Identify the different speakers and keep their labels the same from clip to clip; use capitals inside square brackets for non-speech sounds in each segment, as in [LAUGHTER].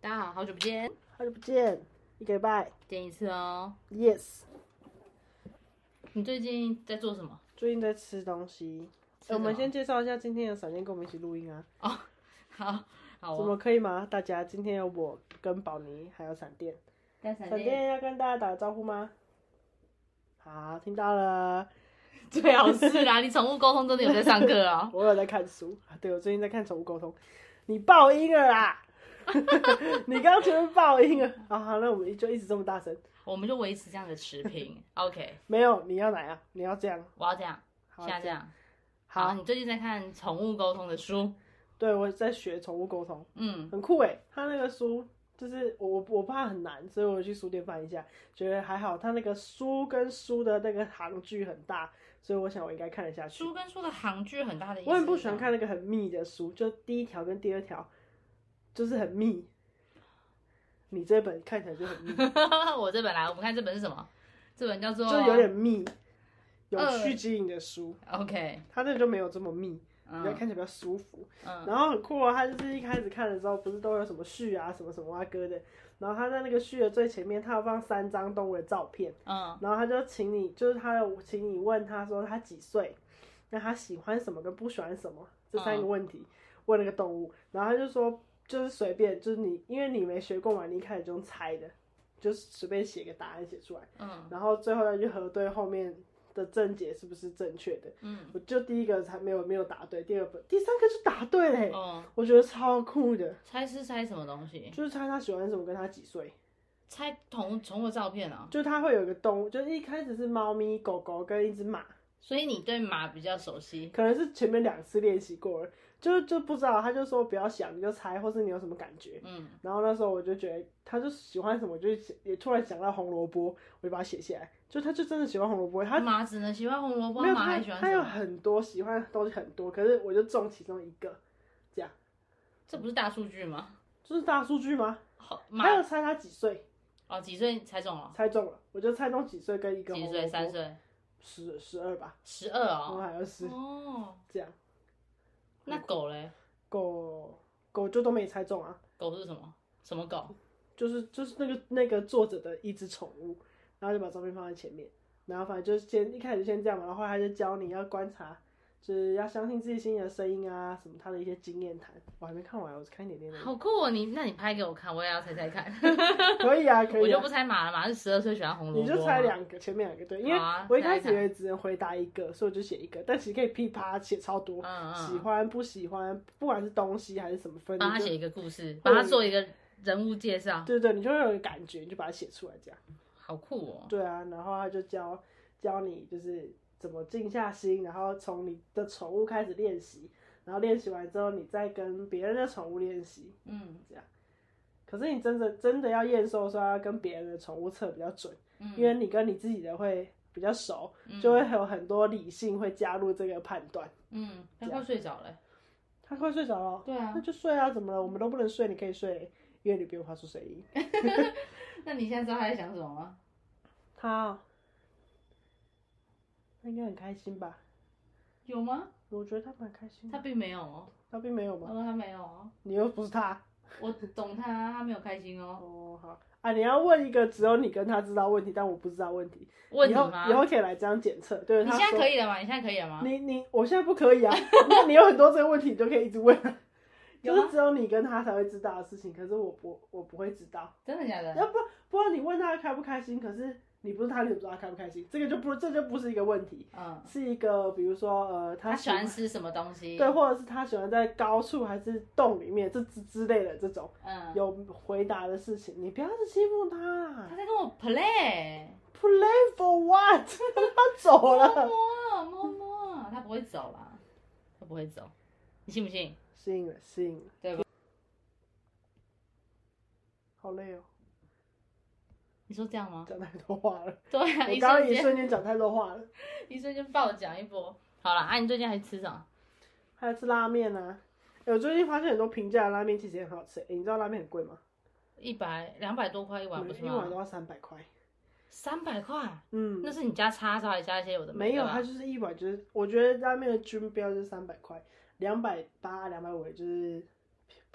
Speaker 1: 大家好，好久不见，
Speaker 2: 好久不见，一个礼拜
Speaker 1: 见一次哦。
Speaker 2: ，yes。
Speaker 1: 你最近在做什么？
Speaker 2: 最近在吃东西，
Speaker 1: 吃
Speaker 2: 呃我们
Speaker 1: 什么
Speaker 2: 先介绍一下今天有闪电跟我们一起录音啊，
Speaker 1: 好好
Speaker 2: 怎
Speaker 1: 哦，
Speaker 2: 么可以吗？大家今天有我跟宝妮还有闪 [LAUGHS] 电，
Speaker 1: 但闪
Speaker 2: 闪电要跟大家打个招呼吗？好，听到了，？
Speaker 1: 最好是啦，你宠物沟通真的有在上课啊
Speaker 2: [LAUGHS] [LAUGHS] 我有在看书，啊对我最近在看宠物沟通，你爆音了啦！ [LAUGHS] 你刚刚全部爆音了，好好，那我们就一直这么大声，
Speaker 1: 我们就维持这样的持平。OK，
Speaker 2: 没有，你要哪样？你要这样，
Speaker 1: 我要这样，
Speaker 2: 好
Speaker 1: 现在这样。
Speaker 2: 好
Speaker 1: 好，你最近在看宠物沟通的书？
Speaker 2: 对我在学宠物沟通。
Speaker 1: 嗯，
Speaker 2: 很酷诶，他那个书就是我我我怕很难，所以我去书店翻一下，觉得还好。他那个书跟书的那个行距很大，所以我想我应该看得下去。
Speaker 1: 书跟书的行距很大的意思。
Speaker 2: 我很不喜欢看那个很密的书，就第一条跟第二条就是很密。你这本看起来就很密，
Speaker 1: [LAUGHS] 我这本来，我们看这本是什么？这本叫做
Speaker 2: 就有点密，有
Speaker 1: 呃
Speaker 2: 续集引的书，
Speaker 1: OK，
Speaker 2: 它那就没有这么密，比较
Speaker 1: 嗯
Speaker 2: 看起来比较舒服。
Speaker 1: 嗯，
Speaker 2: 然后很酷哦，他就是一开始看的时候，不是都有什么序啊，什么什么啊歌的。然后他在那个序的最前面，他有放三张动物的照片，
Speaker 1: 嗯，
Speaker 2: 然后他就请你，就是他有请你问他说他几岁，那他喜欢什么跟不喜欢什么这三个问题、
Speaker 1: 嗯
Speaker 2: 问那个动物，然后他就说就是随便，就是你因为你没学过嘛，你一开始就用猜的，就是随便写个答案写出来，
Speaker 1: 嗯，
Speaker 2: 然后最后再去核对后面的正解是不是正确的。
Speaker 1: 嗯，
Speaker 2: 我就第一个才没有没有答对，第二个第三个就答对嘞、
Speaker 1: 哦，
Speaker 2: 我觉得超酷的，
Speaker 1: 猜是猜什么东西？
Speaker 2: 就是猜他喜欢什么，跟他几岁，
Speaker 1: 猜同宠物的照片啊。
Speaker 2: 就他会有一个动物，就是一开始是猫咪、狗狗跟一只马，
Speaker 1: 所以你对马比较熟悉。
Speaker 2: 可能是前面两次练习过了，就就不知道，他就说不要想，你就猜，或是你有什么感觉。
Speaker 1: 嗯，
Speaker 2: 然后那时候我就觉得，他就喜欢什么，我就也突然想到红萝卜，我就把它写下来。就他就真的喜欢红萝卜，他
Speaker 1: 马只能喜欢红萝卜，
Speaker 2: 没有
Speaker 1: 马
Speaker 2: 他
Speaker 1: 还喜欢
Speaker 2: 他
Speaker 1: 什
Speaker 2: 有
Speaker 1: 么？
Speaker 2: 很多喜欢的东西很多，可是我就中其中一个，这样
Speaker 1: 这不是大数据吗？
Speaker 2: 这是大数据吗？
Speaker 1: 好，马
Speaker 2: 还有猜他几岁，
Speaker 1: 哦，几岁猜中了？
Speaker 2: 猜中了，我就猜中几岁跟一个
Speaker 1: 几
Speaker 2: 红萝
Speaker 1: 岁？
Speaker 2: 卜
Speaker 1: 三岁？
Speaker 2: 十十二吧，
Speaker 1: 十二
Speaker 2: 然后
Speaker 1: 哦。
Speaker 2: 还有十
Speaker 1: 哦，
Speaker 2: 这样。
Speaker 1: 那狗嘞？
Speaker 2: 狗狗就都没猜中啊，
Speaker 1: 狗是什么？什么狗？
Speaker 2: 就是就是那个那个作者的一只宠物，然后就把照片放在前面，然后反正就是先一开始先这样嘛，然后后来他就教你要观察，就是要相信自己心里的声音啊，什么他的一些经验谈。我还没看完，我只看一点点而已。
Speaker 1: 好酷哦！你那你拍给我看，我也要猜猜
Speaker 2: [LAUGHS]
Speaker 1: 看。
Speaker 2: 可以啊，可
Speaker 1: 我
Speaker 2: 以
Speaker 1: 就
Speaker 2: 啊
Speaker 1: 不，猜马了，马是十二岁喜欢红萝
Speaker 2: 你
Speaker 1: 卜。
Speaker 2: 就猜。两个，前面两个对，因为
Speaker 1: 好啊
Speaker 2: 我一开
Speaker 1: 猜
Speaker 2: 始
Speaker 1: 一猜
Speaker 2: 也只能回答一个，所以我就写一个，但其实可以噼啪写超多。
Speaker 1: 嗯
Speaker 2: 喜
Speaker 1: 嗯。
Speaker 2: 欢不喜欢，不管是东西还是什么分，
Speaker 1: 帮
Speaker 2: 你
Speaker 1: 他
Speaker 2: 就
Speaker 1: 写一个故事，帮他做一个人物介绍，
Speaker 2: 对对，你就会有个感觉，你就把它写出来，这样。
Speaker 1: 好酷哦！
Speaker 2: 对啊，然后他就教教你就是怎么静下心，然后从你的宠物开始练习，然后练习完之后，你再跟别人的宠物练习。
Speaker 1: 嗯
Speaker 2: 可是你真的真的要验收的时候，要跟别人的宠物测比较准，
Speaker 1: 嗯，
Speaker 2: 因为你跟你自己的会比较熟，
Speaker 1: 嗯
Speaker 2: 就会有很多理性会加入这个判断。
Speaker 1: 嗯，他
Speaker 2: 这
Speaker 1: 快
Speaker 2: 样
Speaker 1: 睡着了。
Speaker 2: 他快睡着了，
Speaker 1: 对啊
Speaker 2: [LAUGHS] 那，就睡啊，怎么了？我们都不能睡，你可以睡，因为你不用发出声
Speaker 1: [LAUGHS]
Speaker 2: 音。
Speaker 1: 那你现在知道他在想什么吗？
Speaker 2: 他，他应该很开心吧？
Speaker 1: 有吗？
Speaker 2: 我觉得他蛮开心的
Speaker 1: 他并没有哦，
Speaker 2: 他并没有
Speaker 1: 我
Speaker 2: 吗？
Speaker 1: 说他没有哦，
Speaker 2: 你又不是他。
Speaker 1: 我懂他，他没有开心哦。
Speaker 2: 哦，好啊，你要问一个只有你跟他知道问题，但我不知道问题。
Speaker 1: 问
Speaker 2: 以
Speaker 1: 你
Speaker 2: 后
Speaker 1: 吗？
Speaker 2: 以后可以来这样检测，对
Speaker 1: 你
Speaker 2: 他
Speaker 1: 现在
Speaker 2: 说
Speaker 1: 可以了吗？你现在可以了吗？
Speaker 2: 你你，我现在不可以
Speaker 1: [LAUGHS]
Speaker 2: 啊。那你有很多这个问题，你就可以一直问。啊
Speaker 1: 有
Speaker 2: 就
Speaker 1: 吗
Speaker 2: 是只有你跟他才会知道的事情，可是我不我不会知道。
Speaker 1: 真的假的？
Speaker 2: 要不不然你问他开不开心，可是你不是他，你也不知道他开不开心，这个就不这就不是一个问题，
Speaker 1: 嗯，
Speaker 2: 是一个比如说呃
Speaker 1: 他
Speaker 2: 他
Speaker 1: 喜欢吃什么东西？
Speaker 2: 对，，或者是他喜欢在高处还是洞里面这之之类的这种。
Speaker 1: 嗯，
Speaker 2: 有回答的事情，你不要去欺负他啦
Speaker 1: 他在跟我
Speaker 2: [LAUGHS]
Speaker 1: play，
Speaker 2: Play for what？他走了，
Speaker 1: [LAUGHS] 摸摸摸，他不会走啦，他不会走，你信不信？
Speaker 2: 适应了，适应了，
Speaker 1: 对吧？
Speaker 2: 好累哦，
Speaker 1: 你说这样吗？
Speaker 2: 讲太多
Speaker 1: [LAUGHS]
Speaker 2: 话了。
Speaker 1: 对
Speaker 2: 我
Speaker 1: 啊，一
Speaker 2: 刚刚
Speaker 1: 瞬
Speaker 2: 一
Speaker 1: 间，
Speaker 2: 瞬间讲太多话了。
Speaker 1: 一瞬间爆讲一波。好了，啊，你最近还吃什么？
Speaker 2: 还有吃拉面啊，哎我最近发现很多平价的拉面其实也很好吃。哎你知道拉面很贵吗？
Speaker 1: 一百两百多块一碗不
Speaker 2: 每
Speaker 1: 是
Speaker 2: 一碗哦
Speaker 1: 吗
Speaker 2: 都？要三百块。
Speaker 1: 三百块，
Speaker 2: 嗯，
Speaker 1: 那是你加叉烧还加一些有的
Speaker 2: 没有，
Speaker 1: 的吧啊
Speaker 2: 它就是一碗，就是我觉得拉面的均标就是三百块，两百八、两百五就是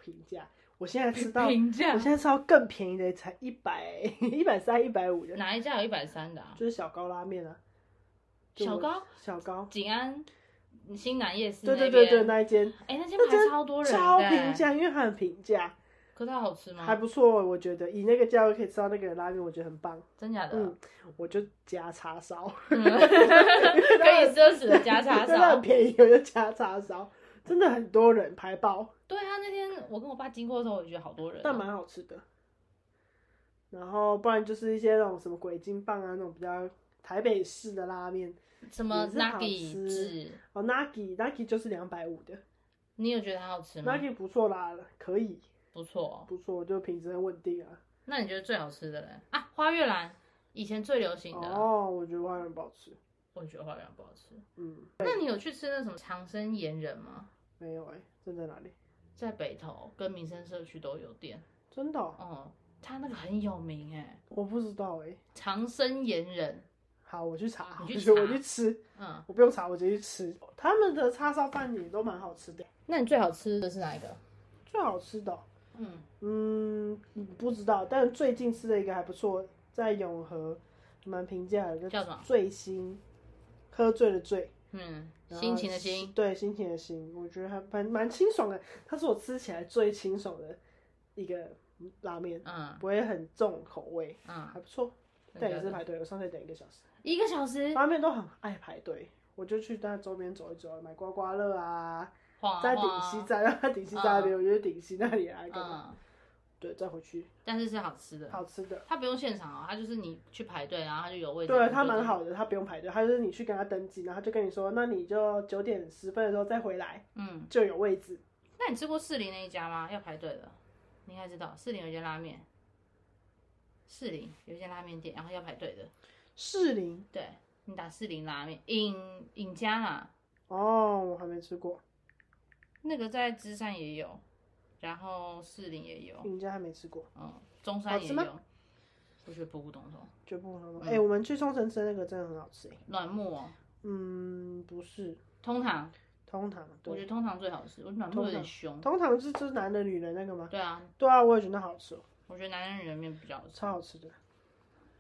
Speaker 2: 平平价。我现在吃到，我
Speaker 1: 评价
Speaker 2: 现在吃到更便宜的才一百 [LAUGHS] 一百三一百五的，
Speaker 1: 哪一家有一百三的、啊？
Speaker 2: 就是小高拉面啊。就
Speaker 1: 小
Speaker 2: 我
Speaker 1: 高，
Speaker 2: 小高，
Speaker 1: 景安嗯新南夜市
Speaker 2: 对
Speaker 1: 那
Speaker 2: 对
Speaker 1: 边。
Speaker 2: 对对，那一间
Speaker 1: 哎、那间
Speaker 2: 那
Speaker 1: 排
Speaker 2: 间
Speaker 1: 超多人的啊
Speaker 2: 超
Speaker 1: 欸、
Speaker 2: 平价，因为它很平价，
Speaker 1: 可是它好吃吗？
Speaker 2: 还不错，我觉得以那个价位可以吃到那个拉面，我觉得很棒。
Speaker 1: 真假的？
Speaker 2: 嗯，我就加叉烧，
Speaker 1: 嗯 [LAUGHS] 可以奢侈的加
Speaker 2: [LAUGHS]
Speaker 1: 叉
Speaker 2: 真的
Speaker 1: 烧
Speaker 2: 很。便宜，我就加叉烧，真的很多人排爆，
Speaker 1: 对啊，那天我跟我爸经过的时候，我就觉得好多人哦。
Speaker 2: 但蛮好吃的。然后不然就是一些那种什么鬼金棒啊，那种比较台北式的拉面。
Speaker 1: 什么
Speaker 2: 也是好
Speaker 1: Nagi
Speaker 2: 吃
Speaker 1: 纸，
Speaker 2: 哦，Nagi Nagi 就是两百五的
Speaker 1: 你有觉得它好吃吗？
Speaker 2: ，Nagi 不错啦，可以
Speaker 1: 不错哦。
Speaker 2: 不错，就品质很稳定啊。
Speaker 1: 那你觉得最好吃的嘞？啊，花月兰，以前最流行的，啊
Speaker 2: 哦，我觉得花园不好吃，
Speaker 1: 我觉得花月兰不好吃。
Speaker 2: 嗯，
Speaker 1: 那你有去吃那什么长生岩人吗？
Speaker 2: 没有哎、这在哪里？
Speaker 1: 在北投跟民生社区都有店。
Speaker 2: 真的哦、
Speaker 1: 哦，它那个很有名哎，
Speaker 2: 我不知道哎、
Speaker 1: 长生岩人。
Speaker 2: 好，我去查，
Speaker 1: 你去
Speaker 2: 我去我
Speaker 1: 查
Speaker 2: 去吃，
Speaker 1: 嗯，
Speaker 2: 我不用查，我直接去吃。他们的叉烧饭也都蛮好吃的，
Speaker 1: 那你最好吃的是哪一个？
Speaker 2: 最好吃的哦、
Speaker 1: 嗯，
Speaker 2: 嗯，不知道，但最近吃的一个还不错，在永和，蛮平价的，
Speaker 1: 叫什么
Speaker 2: 醉心，喝醉的醉，
Speaker 1: 嗯，
Speaker 2: 然后
Speaker 1: 心情的心，
Speaker 2: 对，心情的心，我觉得还蛮蛮清爽的，它是我吃起来最清爽的一个拉面，
Speaker 1: 嗯
Speaker 2: 不会很重口味，
Speaker 1: 嗯，
Speaker 2: 还不错。
Speaker 1: 真
Speaker 2: 但
Speaker 1: 的
Speaker 2: 也是
Speaker 1: 假的
Speaker 2: 排队，我上次等一个小时，
Speaker 1: 一个小时，
Speaker 2: 拉面都很爱排队。我就去那周边走一走，买刮刮乐啊，
Speaker 1: 晃啊
Speaker 2: 在顶
Speaker 1: 晃啊
Speaker 2: 西站，然后顶西站那边，我就去顶西那里啊，干嘛？
Speaker 1: 嗯，
Speaker 2: 对，再回去
Speaker 1: 但是是好吃的。
Speaker 2: 好吃的。
Speaker 1: 它不用现场哦，它就是你去排队，然后它就有位置。
Speaker 2: 对
Speaker 1: 你
Speaker 2: 他
Speaker 1: 就
Speaker 2: 蛮
Speaker 1: 进去。
Speaker 2: 好的，他不用排队，他就是你去跟他登记，然后他就跟你说，那你就九点十分的时候再回来，
Speaker 1: 嗯，
Speaker 2: 就有位置。
Speaker 1: 那你吃过士林那一家吗？要排队的，你应该知道，士林有一间拉面，士林有一间拉面店，然后要排队的。
Speaker 2: 士林
Speaker 1: 对你打士林拉面，尹尹家啦，
Speaker 2: 哦，我还没吃过，
Speaker 1: 那个在芝山也有，然后士林也有，
Speaker 2: 你家还没吃过，
Speaker 1: 嗯，中
Speaker 2: 啊好
Speaker 1: 山
Speaker 2: 吃
Speaker 1: 也
Speaker 2: 吗
Speaker 1: 有。我觉得普普通通，
Speaker 2: 绝不可能。
Speaker 1: 嗯
Speaker 2: 哎、我们去冲绳吃那个真的很好吃、
Speaker 1: 软木哦，
Speaker 2: 嗯，不是，
Speaker 1: 通常
Speaker 2: 通常
Speaker 1: 我觉
Speaker 2: 对，
Speaker 1: 得通常最好吃，我觉得软木有点凶。
Speaker 2: 通常是吃男的女的那个吗？
Speaker 1: 对啊，
Speaker 2: 对啊，我也觉得那好吃、哦，
Speaker 1: 我觉得男人人面比较好吃。
Speaker 2: 超好吃的。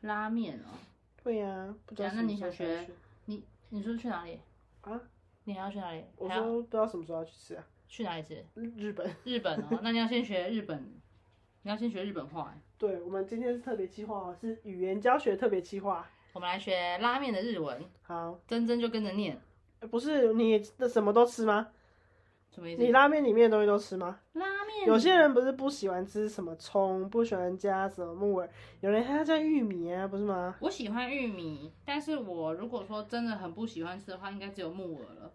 Speaker 1: 拉面哦，
Speaker 2: 对呀、不知道
Speaker 1: 呀
Speaker 2: 什
Speaker 1: 啊那
Speaker 2: 么
Speaker 1: 你
Speaker 2: 时候
Speaker 1: 想
Speaker 2: 才要
Speaker 1: 学
Speaker 2: 去
Speaker 1: 你你说去哪里？
Speaker 2: 啊？
Speaker 1: 你还要去哪里？
Speaker 2: 我
Speaker 1: 还要
Speaker 2: 说不知道什么时候要去吃啊，
Speaker 1: 去哪里吃？
Speaker 2: 日本。
Speaker 1: 日本哦， [LAUGHS] 那你要先学日本，你要先学日本话欸。
Speaker 2: 对，我们今天是特别计划哦，是语言教学特别计划。
Speaker 1: 我们来学拉面的日文，
Speaker 2: 好，
Speaker 1: 珍珍就跟着念，
Speaker 2: 欸不是你那什么都吃吗？
Speaker 1: 什么意思？
Speaker 2: 你拉面里面的东西都吃吗？
Speaker 1: 拉面
Speaker 2: 有些人不是不喜欢吃什么葱，不喜欢加什么木耳，有人还要加玉米啊，不是吗？
Speaker 1: 我喜欢玉米，但是我如果说真的很不喜欢吃的话，应该只有木耳了。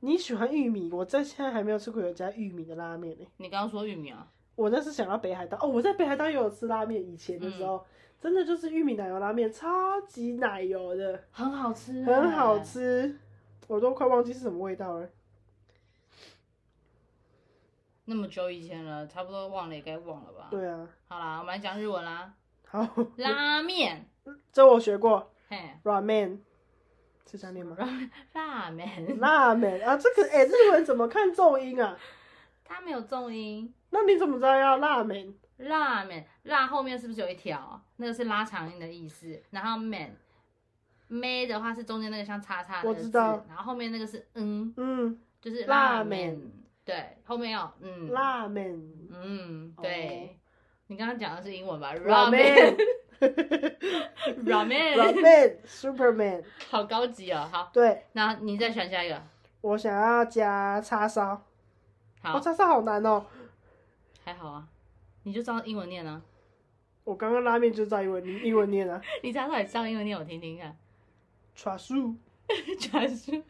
Speaker 2: 你喜欢玉米？我在现在还没有吃过有加玉米的拉面呢、
Speaker 1: 你刚刚说玉米啊？
Speaker 2: 我那是想到北海道哦，我在北海道也有吃拉面，以前的时候、真的就是玉米奶油拉面，超级奶油的，
Speaker 1: 很好吃欸
Speaker 2: 很好。吃，我都快忘记是什么味道了。
Speaker 1: 那么久以前了，差不多忘了也该忘了吧？
Speaker 2: 对啊，
Speaker 1: 好啦，我们来讲日文啦。
Speaker 2: 好，
Speaker 1: 拉面，
Speaker 2: 这我学过
Speaker 1: 嘿，
Speaker 2: 软面，是这样念吗？
Speaker 1: 拉面，
Speaker 2: 拉美啊，这个哎、日文怎么看重音啊？
Speaker 1: 它没有重音。
Speaker 2: 那你怎么知道要拉美？
Speaker 1: 辣面，辣后面是不是有一条？那个是拉长音的意思。然后 man man 的话是中间那个像叉叉的
Speaker 2: 我
Speaker 1: 字
Speaker 2: 知道
Speaker 1: 然后后面那个是嗯，
Speaker 2: 嗯，
Speaker 1: 就是
Speaker 2: 辣
Speaker 1: 拉
Speaker 2: 面
Speaker 1: 面。对，后面要嗯
Speaker 2: 拉美，
Speaker 1: 嗯，对。
Speaker 2: 哦
Speaker 1: 你刚刚讲的是英文吧？
Speaker 2: 拉面，
Speaker 1: 拉
Speaker 2: [LAUGHS]
Speaker 1: 面，
Speaker 2: 拉面，Superman。
Speaker 1: [LAUGHS] 好高级哦。好，
Speaker 2: 对，
Speaker 1: 那你再选下一个。
Speaker 2: 我想要加叉烧，
Speaker 1: 好
Speaker 2: 哦，，叉烧好难哦。
Speaker 1: 还好啊，你就照英文念啊。
Speaker 2: 我刚刚拉面就照英文英文念啊，
Speaker 1: [LAUGHS] 你照到底照英文念我听听看。 [LAUGHS]
Speaker 2: 叉烧，
Speaker 1: 叉叔，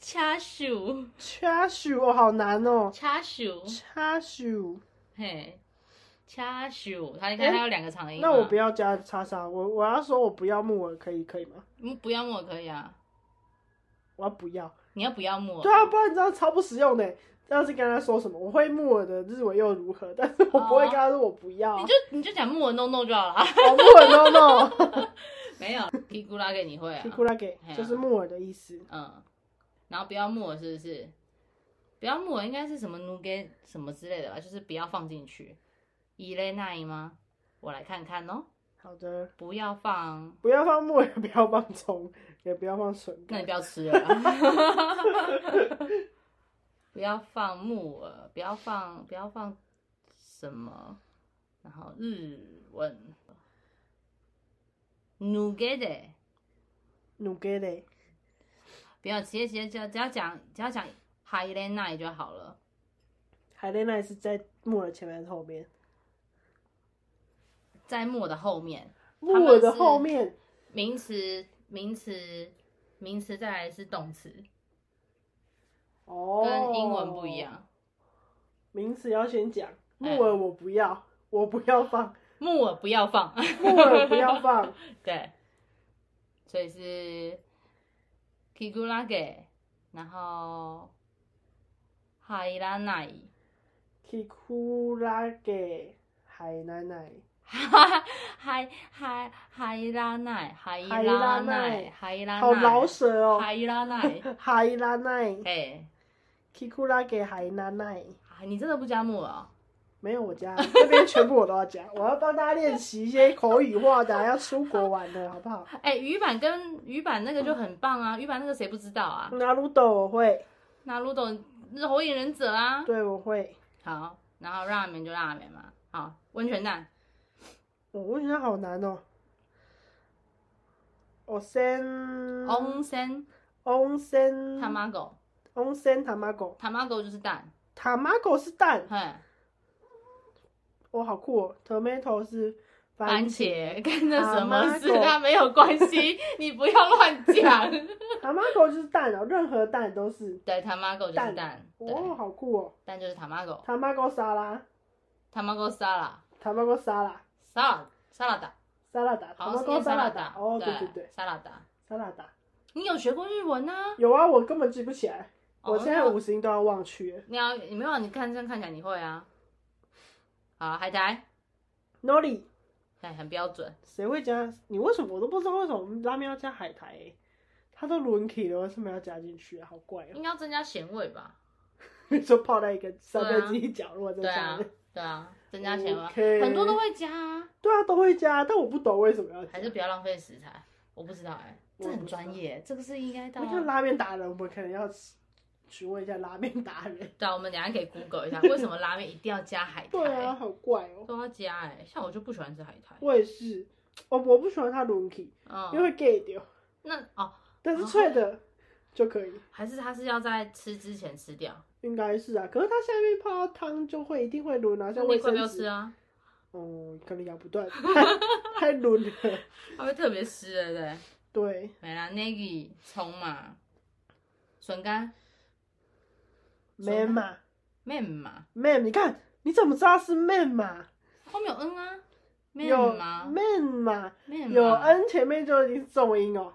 Speaker 1: 叉叔，
Speaker 2: 叉烧哦，好难哦，
Speaker 1: 叉叔。
Speaker 2: 叉烧。
Speaker 1: 嘿，掐鼠，它你看它有两个长音嗯嘛、
Speaker 2: 那我不要加叉烧，我我要说我不要木耳，可以可以吗？
Speaker 1: 嗯不要木耳可以啊，
Speaker 2: 我要不要？
Speaker 1: 你要不要木耳？
Speaker 2: 对啊，不然你知道超不实用的。欸要是跟他说什么，我会木耳的日文又如何？但是我不会跟他说我不要、啊。
Speaker 1: 你就你就讲木耳 no no 就好了啊，
Speaker 2: 哦，木耳 no no，
Speaker 1: [LAUGHS] 没有，提古拉给你会啊
Speaker 2: 提，库拉给
Speaker 1: 嘿啊
Speaker 2: 就是木耳的意思。
Speaker 1: 嗯，然后不要木耳是不是？不要木耳应该是什么 n u g 什么之类的吧，就是不要放进去。伊雷奈吗？我来看看哦。
Speaker 2: 好的，
Speaker 1: 不要放，
Speaker 2: 不要放木耳，不要放葱，也不要放笋
Speaker 1: 那你
Speaker 2: 干。
Speaker 1: 不要吃了 [LAUGHS] 啦。不要放木耳，不要放，不要放什么，然后日文 n u g e
Speaker 2: 努给嘞，
Speaker 1: 不要直接直接只要只要讲只要讲 h i g h l a n d night 就好了。
Speaker 2: 海莲娜是在木耳前面还是后面？
Speaker 1: 在木耳的后面，们
Speaker 2: 木耳的
Speaker 1: 是
Speaker 2: 后面，
Speaker 1: 名词名词名词再来是动词，
Speaker 2: 哦，
Speaker 1: 跟英文不一。样。
Speaker 2: 名词要先讲，
Speaker 1: 哎
Speaker 2: 木耳我不要，我不要放，
Speaker 1: 木耳不要放，
Speaker 2: 木耳不要放，
Speaker 1: [LAUGHS] 对，所以是 kigurage，然后 h i g h l a n d night。
Speaker 2: kikura 给海奶奶，
Speaker 1: [LAUGHS] 哈海海海拉奈，海拉奈，海拉奈，
Speaker 2: 好老舌哦，
Speaker 1: 海拉奈，
Speaker 2: 海拉奈
Speaker 1: 哎，
Speaker 2: ，kikura 给海奶奶。
Speaker 1: 啊你真的不加木耳哦？
Speaker 2: 没有我家这边全部我都
Speaker 1: [LAUGHS]
Speaker 2: 要加，我要帮大家练习一些口语化的，要出国玩的好不好？
Speaker 1: 哎、鱼板跟鱼板那个就很棒啊，鱼板那个谁不知道啊？
Speaker 2: 拿鲁斗我会，
Speaker 1: 那鲁斗是火影忍者啊。
Speaker 2: 对我会。
Speaker 1: 好，然后拉面就拉面嘛。好，温泉蛋，
Speaker 2: 我我觉得好难哦。我先 on
Speaker 1: n s e n
Speaker 2: on 先
Speaker 1: tamago
Speaker 2: on 先 tamago
Speaker 1: tamago 就是蛋，
Speaker 2: tamago 是蛋，
Speaker 1: 嘿，
Speaker 2: 哦好酷哦，tomato 是
Speaker 1: 番
Speaker 2: 番
Speaker 1: 茄跟那什么事
Speaker 2: Tamago
Speaker 1: 它没有关 [LAUGHS] 系，你不要乱讲。
Speaker 2: ，tamago 就是蛋哦，任何蛋都是。
Speaker 1: 对，tamago 就是
Speaker 2: 蛋
Speaker 1: 蛋，
Speaker 2: 哦
Speaker 1: 对，
Speaker 2: 好酷哦
Speaker 1: 蛋就是 tamago，tamago
Speaker 2: ，tamago 沙拉
Speaker 1: sala
Speaker 2: ，tamago 沙拉，
Speaker 1: sala salad，
Speaker 2: 沙拉达
Speaker 1: 好像是
Speaker 2: ，tamago
Speaker 1: 念
Speaker 2: 沙拉
Speaker 1: salad，
Speaker 2: 达，哦对对对，
Speaker 1: ，salad。
Speaker 2: 沙拉达。
Speaker 1: 你有学过日文啊？
Speaker 2: 有啊，我根本记不起来，
Speaker 1: 哦
Speaker 2: 我现在
Speaker 1: 那
Speaker 2: 五十音都要忘去了。
Speaker 1: 你要你没有？啊你看这样看起来你会啊。好，海苔，
Speaker 2: Nori，
Speaker 1: 哎，很标准。
Speaker 2: 谁会加？你为什么我都不知道为什么拉面要加海苔、欸？它都轮起了，为什么要加进去啊？好怪哦、 [LAUGHS]
Speaker 1: 应该要增加咸味吧？
Speaker 2: 你说泡在一个三
Speaker 1: 对啊
Speaker 2: 分之一角落在
Speaker 1: 对
Speaker 2: 下
Speaker 1: 啊
Speaker 2: 面，，
Speaker 1: 对啊，增加咸味，
Speaker 2: OK
Speaker 1: 很多都会加啊，
Speaker 2: 对啊，都会加，但我不懂为什么要加。
Speaker 1: 还是不要浪费食材。我不知道哎、
Speaker 2: 我
Speaker 1: 这
Speaker 2: 也
Speaker 1: 很
Speaker 2: 不知道
Speaker 1: 专业，这个是应该到
Speaker 2: 那。看拉面达人，我们可能要询问一下拉面
Speaker 1: [LAUGHS]
Speaker 2: 达人。
Speaker 1: 对啊，我们等一下可以 Google 一
Speaker 2: [LAUGHS]
Speaker 1: 下，为什么拉面一定要加海
Speaker 2: 对啊，
Speaker 1: 苔？
Speaker 2: 好怪哦、
Speaker 1: 都要加哎、像我就不喜欢吃海苔。
Speaker 2: 我也是，我我不喜欢它轮起，因
Speaker 1: 嗯，
Speaker 2: 为 gay 掉，
Speaker 1: 那哦，
Speaker 2: 但是脆的就可以。
Speaker 1: 还是它是要在吃之前吃掉？
Speaker 2: 应该是啊，可是它下面泡到汤就会一定会轮啊，
Speaker 1: 那
Speaker 2: 像
Speaker 1: 你
Speaker 2: 卫
Speaker 1: 快不要
Speaker 2: 生
Speaker 1: 吃
Speaker 2: 纸。
Speaker 1: 啊，
Speaker 2: 哦，可能咬不断， [LAUGHS] 太轮了。
Speaker 1: 它会特别湿的，对不对。
Speaker 2: 对，
Speaker 1: 没啦 n a g i 葱嘛，笋干。
Speaker 2: 面嘛
Speaker 1: man 嘛，
Speaker 2: 啊面，你看你怎么知道是面嘛？
Speaker 1: 后面有 n 啊
Speaker 2: 有
Speaker 1: ，man 嘛
Speaker 2: 面嘛，
Speaker 1: ，man
Speaker 2: 有
Speaker 1: 嘛，
Speaker 2: n 前面就已经是重音哦。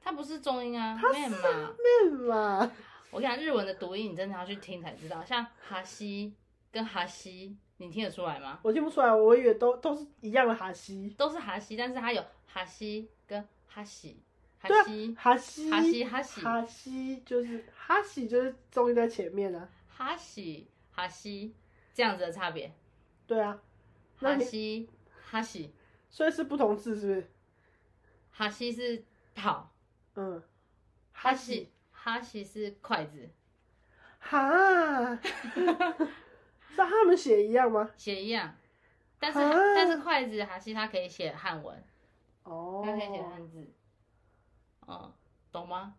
Speaker 1: 它不是重音啊
Speaker 2: 它
Speaker 1: ，man 嘛。
Speaker 2: 面嘛，
Speaker 1: 我跟你讲，日文的读音你真的要去听才知道，像哈西跟哈西，你听得出来吗？
Speaker 2: 我听不出来，我以为都都是一样的哈西。
Speaker 1: 都是哈西，但是它有哈西跟哈西，哈
Speaker 2: 对啊
Speaker 1: 西，
Speaker 2: 哈西，
Speaker 1: 哈西，哈西，
Speaker 2: 哈西就是哈西就是重音在前面啊。
Speaker 1: 哈西，哈西，这样子的差别，
Speaker 2: 对啊，那
Speaker 1: 哈
Speaker 2: 你
Speaker 1: 西，哈西，
Speaker 2: 所以是不同字是不是？
Speaker 1: 哈西是跑，
Speaker 2: 嗯，
Speaker 1: 哈西，哈西是筷子，
Speaker 2: 哈，是他们写一样吗？
Speaker 1: 写一样，但是、
Speaker 2: 啊
Speaker 1: 但是筷子哈西它可以写汉文，
Speaker 2: 哦，
Speaker 1: 它可以写汉字，嗯，懂吗？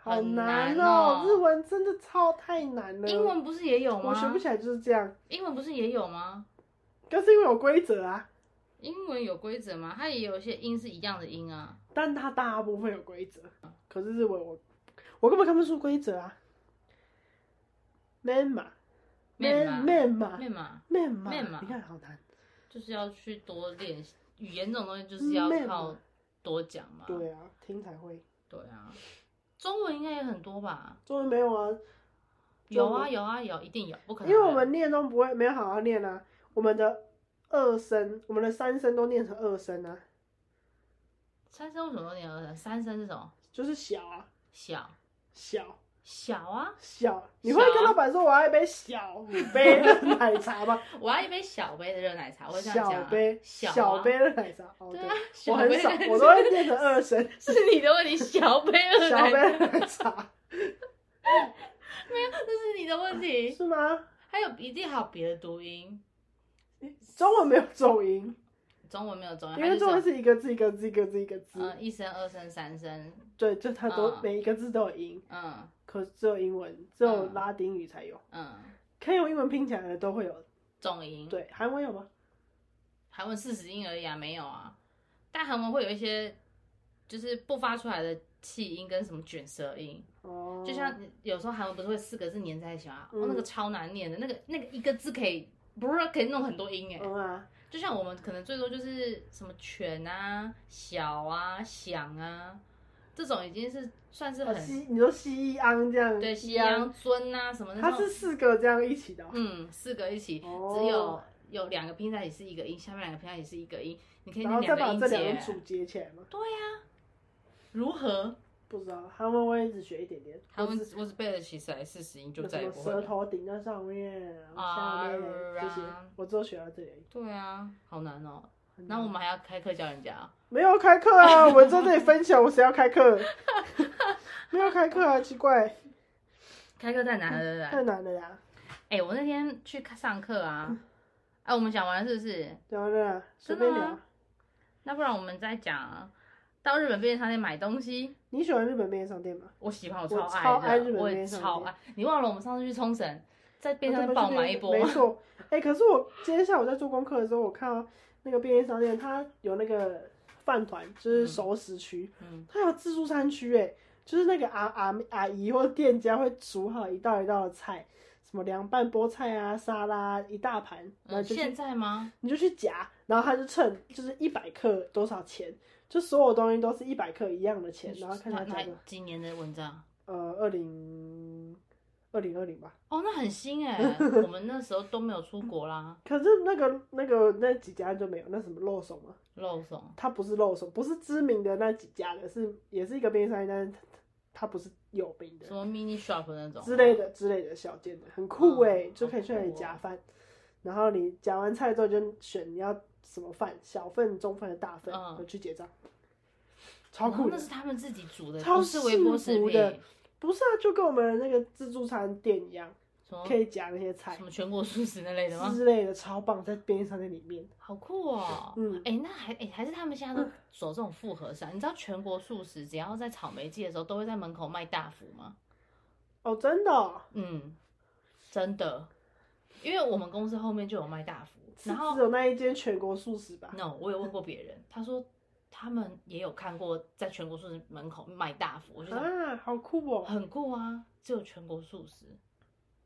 Speaker 2: 好难
Speaker 1: 很难哦
Speaker 2: 日文真的超太难了。
Speaker 1: 英文不是也有
Speaker 2: 我
Speaker 1: 吗？
Speaker 2: 学不起来就是这样，
Speaker 1: 英文不是也有吗？
Speaker 2: 但是因为有规则啊，
Speaker 1: 英文有规则吗？它也有一些音是一样的音啊。
Speaker 2: 但它大部分有规则。可是日文我我根本看不出规则啊。man 嘛
Speaker 1: man 嘛
Speaker 2: man 嘛
Speaker 1: 面嘛，
Speaker 2: man 嘛
Speaker 1: man 嘛
Speaker 2: 你看好难。
Speaker 1: 就是要去多练习语言这种东西，就是要
Speaker 2: man
Speaker 1: 靠
Speaker 2: 嘛
Speaker 1: 多讲嘛。
Speaker 2: 对啊，听才会。
Speaker 1: 对啊，中文应该也很多吧？
Speaker 2: 中文没有啊，
Speaker 1: 有啊有啊有，一定有，不可
Speaker 2: 因
Speaker 1: 能。
Speaker 2: 为我们念都不会，没有好好念啊。我们的二声，我们的三声都念成二声啊，
Speaker 1: 三声为什么都念二声？三声是什么？
Speaker 2: 就是小啊
Speaker 1: 小
Speaker 2: 小
Speaker 1: 小啊，
Speaker 2: 小，你会跟老板说我要一杯小杯的奶茶吗？
Speaker 1: 我要一杯小杯的热奶茶，我会这样
Speaker 2: 小
Speaker 1: 讲、啊。
Speaker 2: 杯，
Speaker 1: 小啊
Speaker 2: 小杯的奶茶。哦，
Speaker 1: 对啊，
Speaker 2: 我
Speaker 1: 小杯
Speaker 2: 很少
Speaker 1: 的，
Speaker 2: 我都会念成二声，
Speaker 1: 是你的问题， [LAUGHS] 小杯热
Speaker 2: 小
Speaker 1: 奶
Speaker 2: 杯
Speaker 1: 茶，
Speaker 2: 的奶茶
Speaker 1: 这是你的问题。
Speaker 2: 是吗？
Speaker 1: 还有一定还有别的读音，
Speaker 2: 中文没有重音，
Speaker 1: 中文没有中文，
Speaker 2: 因
Speaker 1: 它
Speaker 2: 为
Speaker 1: 就
Speaker 2: 中文
Speaker 1: 只有
Speaker 2: 是一个字一个字一个字一个字，
Speaker 1: 嗯一声、二声、三声，
Speaker 2: 对，就它都
Speaker 1: 嗯
Speaker 2: 每一个字都有音，
Speaker 1: 嗯
Speaker 2: 可是只有英文，只有
Speaker 1: 嗯
Speaker 2: 拉丁语才有，
Speaker 1: 嗯，
Speaker 2: 可以用英文拼起来的都会有。
Speaker 1: 重音。，
Speaker 2: 对，韩文有吗？
Speaker 1: 韩文四十音而已啊，没有啊。但韩文会有一些就是不发出来的气音跟什么卷舌音，
Speaker 2: 哦，
Speaker 1: 就像你有时候韩文不是会四个字粘在一起吗？
Speaker 2: 嗯
Speaker 1: 哦，那个超难念的，那个那个一个字可以不是可以弄很多音哎、
Speaker 2: 嗯啊，
Speaker 1: 就像我们可能最多就是什么犬啊、小啊、响啊，这种已经是算是
Speaker 2: 哦
Speaker 1: 很、
Speaker 2: 西，你说西一昂这样，
Speaker 1: 对西洋尊啊什么
Speaker 2: 西
Speaker 1: 那
Speaker 2: 它
Speaker 1: 种
Speaker 2: 是，四个这样一起的哦，
Speaker 1: 嗯，四个一起，
Speaker 2: 哦
Speaker 1: 只有有两个拼在一起是一个音，下面两个拼在一起是一个音，你可以
Speaker 2: 然
Speaker 1: 那
Speaker 2: 后再
Speaker 1: 两个
Speaker 2: 把
Speaker 1: 音
Speaker 2: 这两个
Speaker 1: 节
Speaker 2: 组结起来吗？
Speaker 1: 如何？
Speaker 2: 不知道，韩文我也只学一点点，
Speaker 1: 韩文
Speaker 2: 我只
Speaker 1: 我只背了起来四十音，就
Speaker 2: 有
Speaker 1: 再
Speaker 2: 什
Speaker 1: 也
Speaker 2: 么
Speaker 1: 不会了
Speaker 2: 舌。头顶在上面，然后下面
Speaker 1: 啊
Speaker 2: 这些，我只有学到这里而已。
Speaker 1: 对啊，好难哦。
Speaker 2: 很
Speaker 1: 然
Speaker 2: 难
Speaker 1: 后我们还要开课教人家，
Speaker 2: 没有开课啊，
Speaker 1: [LAUGHS]
Speaker 2: 我们在这里分享，我谁要开课？ [LAUGHS] 没有开课啊，奇怪，
Speaker 1: 开课太难了，对不对？
Speaker 2: 太难了啦，
Speaker 1: 哎、我那天去上课啊，
Speaker 2: 嗯
Speaker 1: 哎、我们讲完了是不是？
Speaker 2: 聊了啦，随
Speaker 1: 真的
Speaker 2: 便
Speaker 1: 吗
Speaker 2: 聊。
Speaker 1: 那不然我们再讲到日本便利商店买东西，
Speaker 2: 你喜欢日本便利商店吗？
Speaker 1: 我喜欢，我
Speaker 2: 我
Speaker 1: 超爱
Speaker 2: 超
Speaker 1: 的，
Speaker 2: 爱日本
Speaker 1: 我
Speaker 2: 便
Speaker 1: 也
Speaker 2: 利商
Speaker 1: 超
Speaker 2: 店
Speaker 1: 爱。你忘了我们上次去冲绳，在便利商店
Speaker 2: 我这
Speaker 1: 爆
Speaker 2: 边去
Speaker 1: 买一波
Speaker 2: 没
Speaker 1: 吗？
Speaker 2: 错，哎、可是我今天下午在做功课的时候，我看到那个便利商店，它有那个饭团，就是熟食区，
Speaker 1: 嗯，
Speaker 2: 它有自助餐区，哎，就是那个阿阿阿姨或店家会煮好一道一道的菜，什么凉拌菠菜啊、沙拉一大盘，然
Speaker 1: 嗯
Speaker 2: 后就去
Speaker 1: 现在吗？
Speaker 2: 你就去夹，然后他就称就是一百克多少钱，就所有东西都是一百克一样的钱，然后看
Speaker 1: 哪
Speaker 2: 他价
Speaker 1: 哪
Speaker 2: 格。
Speaker 1: 几年的文章？
Speaker 2: 呃，二零二零二零吧。
Speaker 1: 哦，那很新哎、
Speaker 2: [LAUGHS]
Speaker 1: 我们那时候都没有出国啦，
Speaker 2: 可是那个那个那几家就没有那什么肉松嘛，啊
Speaker 1: 肉松。
Speaker 2: 它不是肉松，不是知名的那几家的，是也是一个便利商店，但是它它不是有名的
Speaker 1: 什么 mini shop 那种
Speaker 2: 之类，的之类的小店的，很酷
Speaker 1: 嗯
Speaker 2: 哎、
Speaker 1: 好
Speaker 2: 就可以去那里
Speaker 1: 酷哦
Speaker 2: 夹饭，然后你夹完菜之后就选你要什么饭，小份、中份、大份，
Speaker 1: 嗯
Speaker 2: 我去结账，超
Speaker 1: 然后
Speaker 2: 酷的
Speaker 1: 那。是他们自己煮的，
Speaker 2: 超
Speaker 1: 不是微波食
Speaker 2: 幸福
Speaker 1: 品，
Speaker 2: 的不是啊，就跟我们那个自助餐店一样，
Speaker 1: 什么
Speaker 2: 可以夹那些菜
Speaker 1: 什么全国素食那哦类的吗？
Speaker 2: 之类的，超棒，在便利商店里面。
Speaker 1: 好酷哦！
Speaker 2: 嗯
Speaker 1: 哎、那还哎、还是他们现在都走这种复合式啊？你知道全国素食只要在草莓季的时候，都会在门口卖大福吗？
Speaker 2: 哦，真的哦、
Speaker 1: 嗯，真的，因为我们公司后面就有卖大福，
Speaker 2: 是
Speaker 1: 然后
Speaker 2: 只有那一间全国素食吧？
Speaker 1: no，我有问过别人，他说他们也有看过在全国素食门口卖大福，我就想
Speaker 2: 啊，好酷哦！
Speaker 1: 很酷啊，只有全国素食。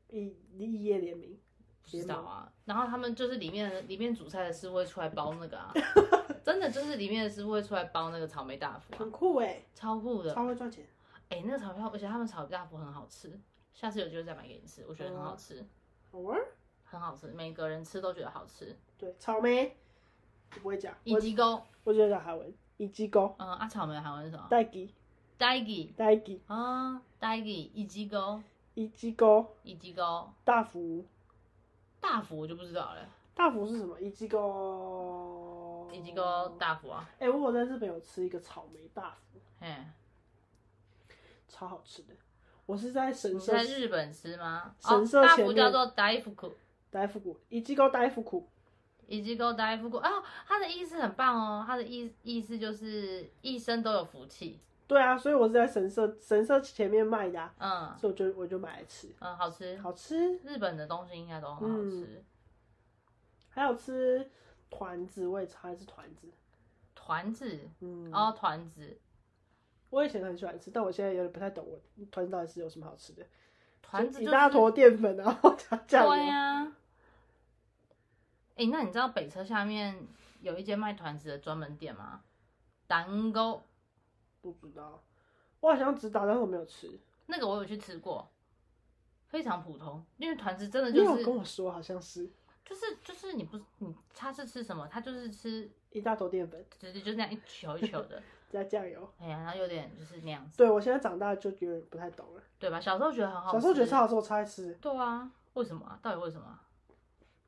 Speaker 2: 异异业联名，
Speaker 1: 不知道啊，然后他们就是里面里面煮菜的师傅会出来包那个
Speaker 2: [LAUGHS]
Speaker 1: 啊，真的就是里面的师傅会出来包那个草莓大福啊
Speaker 2: 很，酷哎，
Speaker 1: 超酷的，
Speaker 2: 超会赚钱。
Speaker 1: 哎、那个炒票，而且他们炒大福很好吃，下次有机会再买给你吃，我觉得很好
Speaker 2: 嗯
Speaker 1: 吃，
Speaker 2: 好玩儿？
Speaker 1: 很好吃，每个人吃都觉得好吃。
Speaker 2: 对，草莓，我不会讲，
Speaker 1: 一
Speaker 2: 我
Speaker 1: 鸡公，
Speaker 2: 我觉得韩文，一鸡公，
Speaker 1: 嗯，啊，草莓韩文是什么？
Speaker 2: 代鸡，
Speaker 1: 呆鸡
Speaker 2: 代鸡，
Speaker 1: 啊，呆鸡，一鸡公，
Speaker 2: 一鸡公，
Speaker 1: 一鸡公，
Speaker 2: 大福，
Speaker 1: 大福我就不知道了，
Speaker 2: 大福是什么？一鸡公，
Speaker 1: 一鸡公大福啊，
Speaker 2: 哎、我有在日本有吃一个草莓大福，
Speaker 1: 嘿，
Speaker 2: 超好吃的。我是在神
Speaker 1: 你
Speaker 2: 社
Speaker 1: 在日本吃吗？
Speaker 2: 神社
Speaker 1: 哦、大
Speaker 2: 前
Speaker 1: 福
Speaker 2: 面
Speaker 1: 叫做呆福苦，
Speaker 2: 大福谷，一季高大福谷，
Speaker 1: 一鸡公呆福苦啊，它的意思很棒哦，它的意意思就是一生都有福气，
Speaker 2: 对啊，所以我是在神社神社前面卖的、啊，
Speaker 1: 嗯
Speaker 2: 所以我就我就买来吃，
Speaker 1: 嗯，好吃，
Speaker 2: 好嗯吃，
Speaker 1: 日本的东西应该都很好吃。
Speaker 2: 还有吃团子，我也超爱吃团子，
Speaker 1: 团子
Speaker 2: 嗯，
Speaker 1: 哦，团子，
Speaker 2: 我以前很喜欢吃，但我现在有点不太懂我团子到底是有什么好吃的，
Speaker 1: 团子
Speaker 2: 一
Speaker 1: 就是
Speaker 2: 大坨淀粉，啊 [LAUGHS] 然后加酱
Speaker 1: 对啊
Speaker 2: 油，
Speaker 1: 呀、哎、那你知道北车下面有一间卖团子的专门店吗？蛋糕
Speaker 2: 不知道，我好像知道，但是我没有吃，
Speaker 1: 那个我有去吃过，非常普通，因为团子真的
Speaker 2: 你
Speaker 1: 就
Speaker 2: 有
Speaker 1: 是
Speaker 2: 跟我说好像是，
Speaker 1: 就是就是你不你它是吃什么？它就是吃，
Speaker 2: 一大坨淀粉
Speaker 1: 直接就那样一球一球
Speaker 2: [LAUGHS]
Speaker 1: 的，
Speaker 2: 加酱油。
Speaker 1: 哎呀，然后有点就是那样子，
Speaker 2: 对我现在长大就有点不太懂了，
Speaker 1: 对吧？小时候觉得很好吃，
Speaker 2: 小时候觉得超好吃，我超爱吃，
Speaker 1: 对啊，为什么啊？到底为什么啊？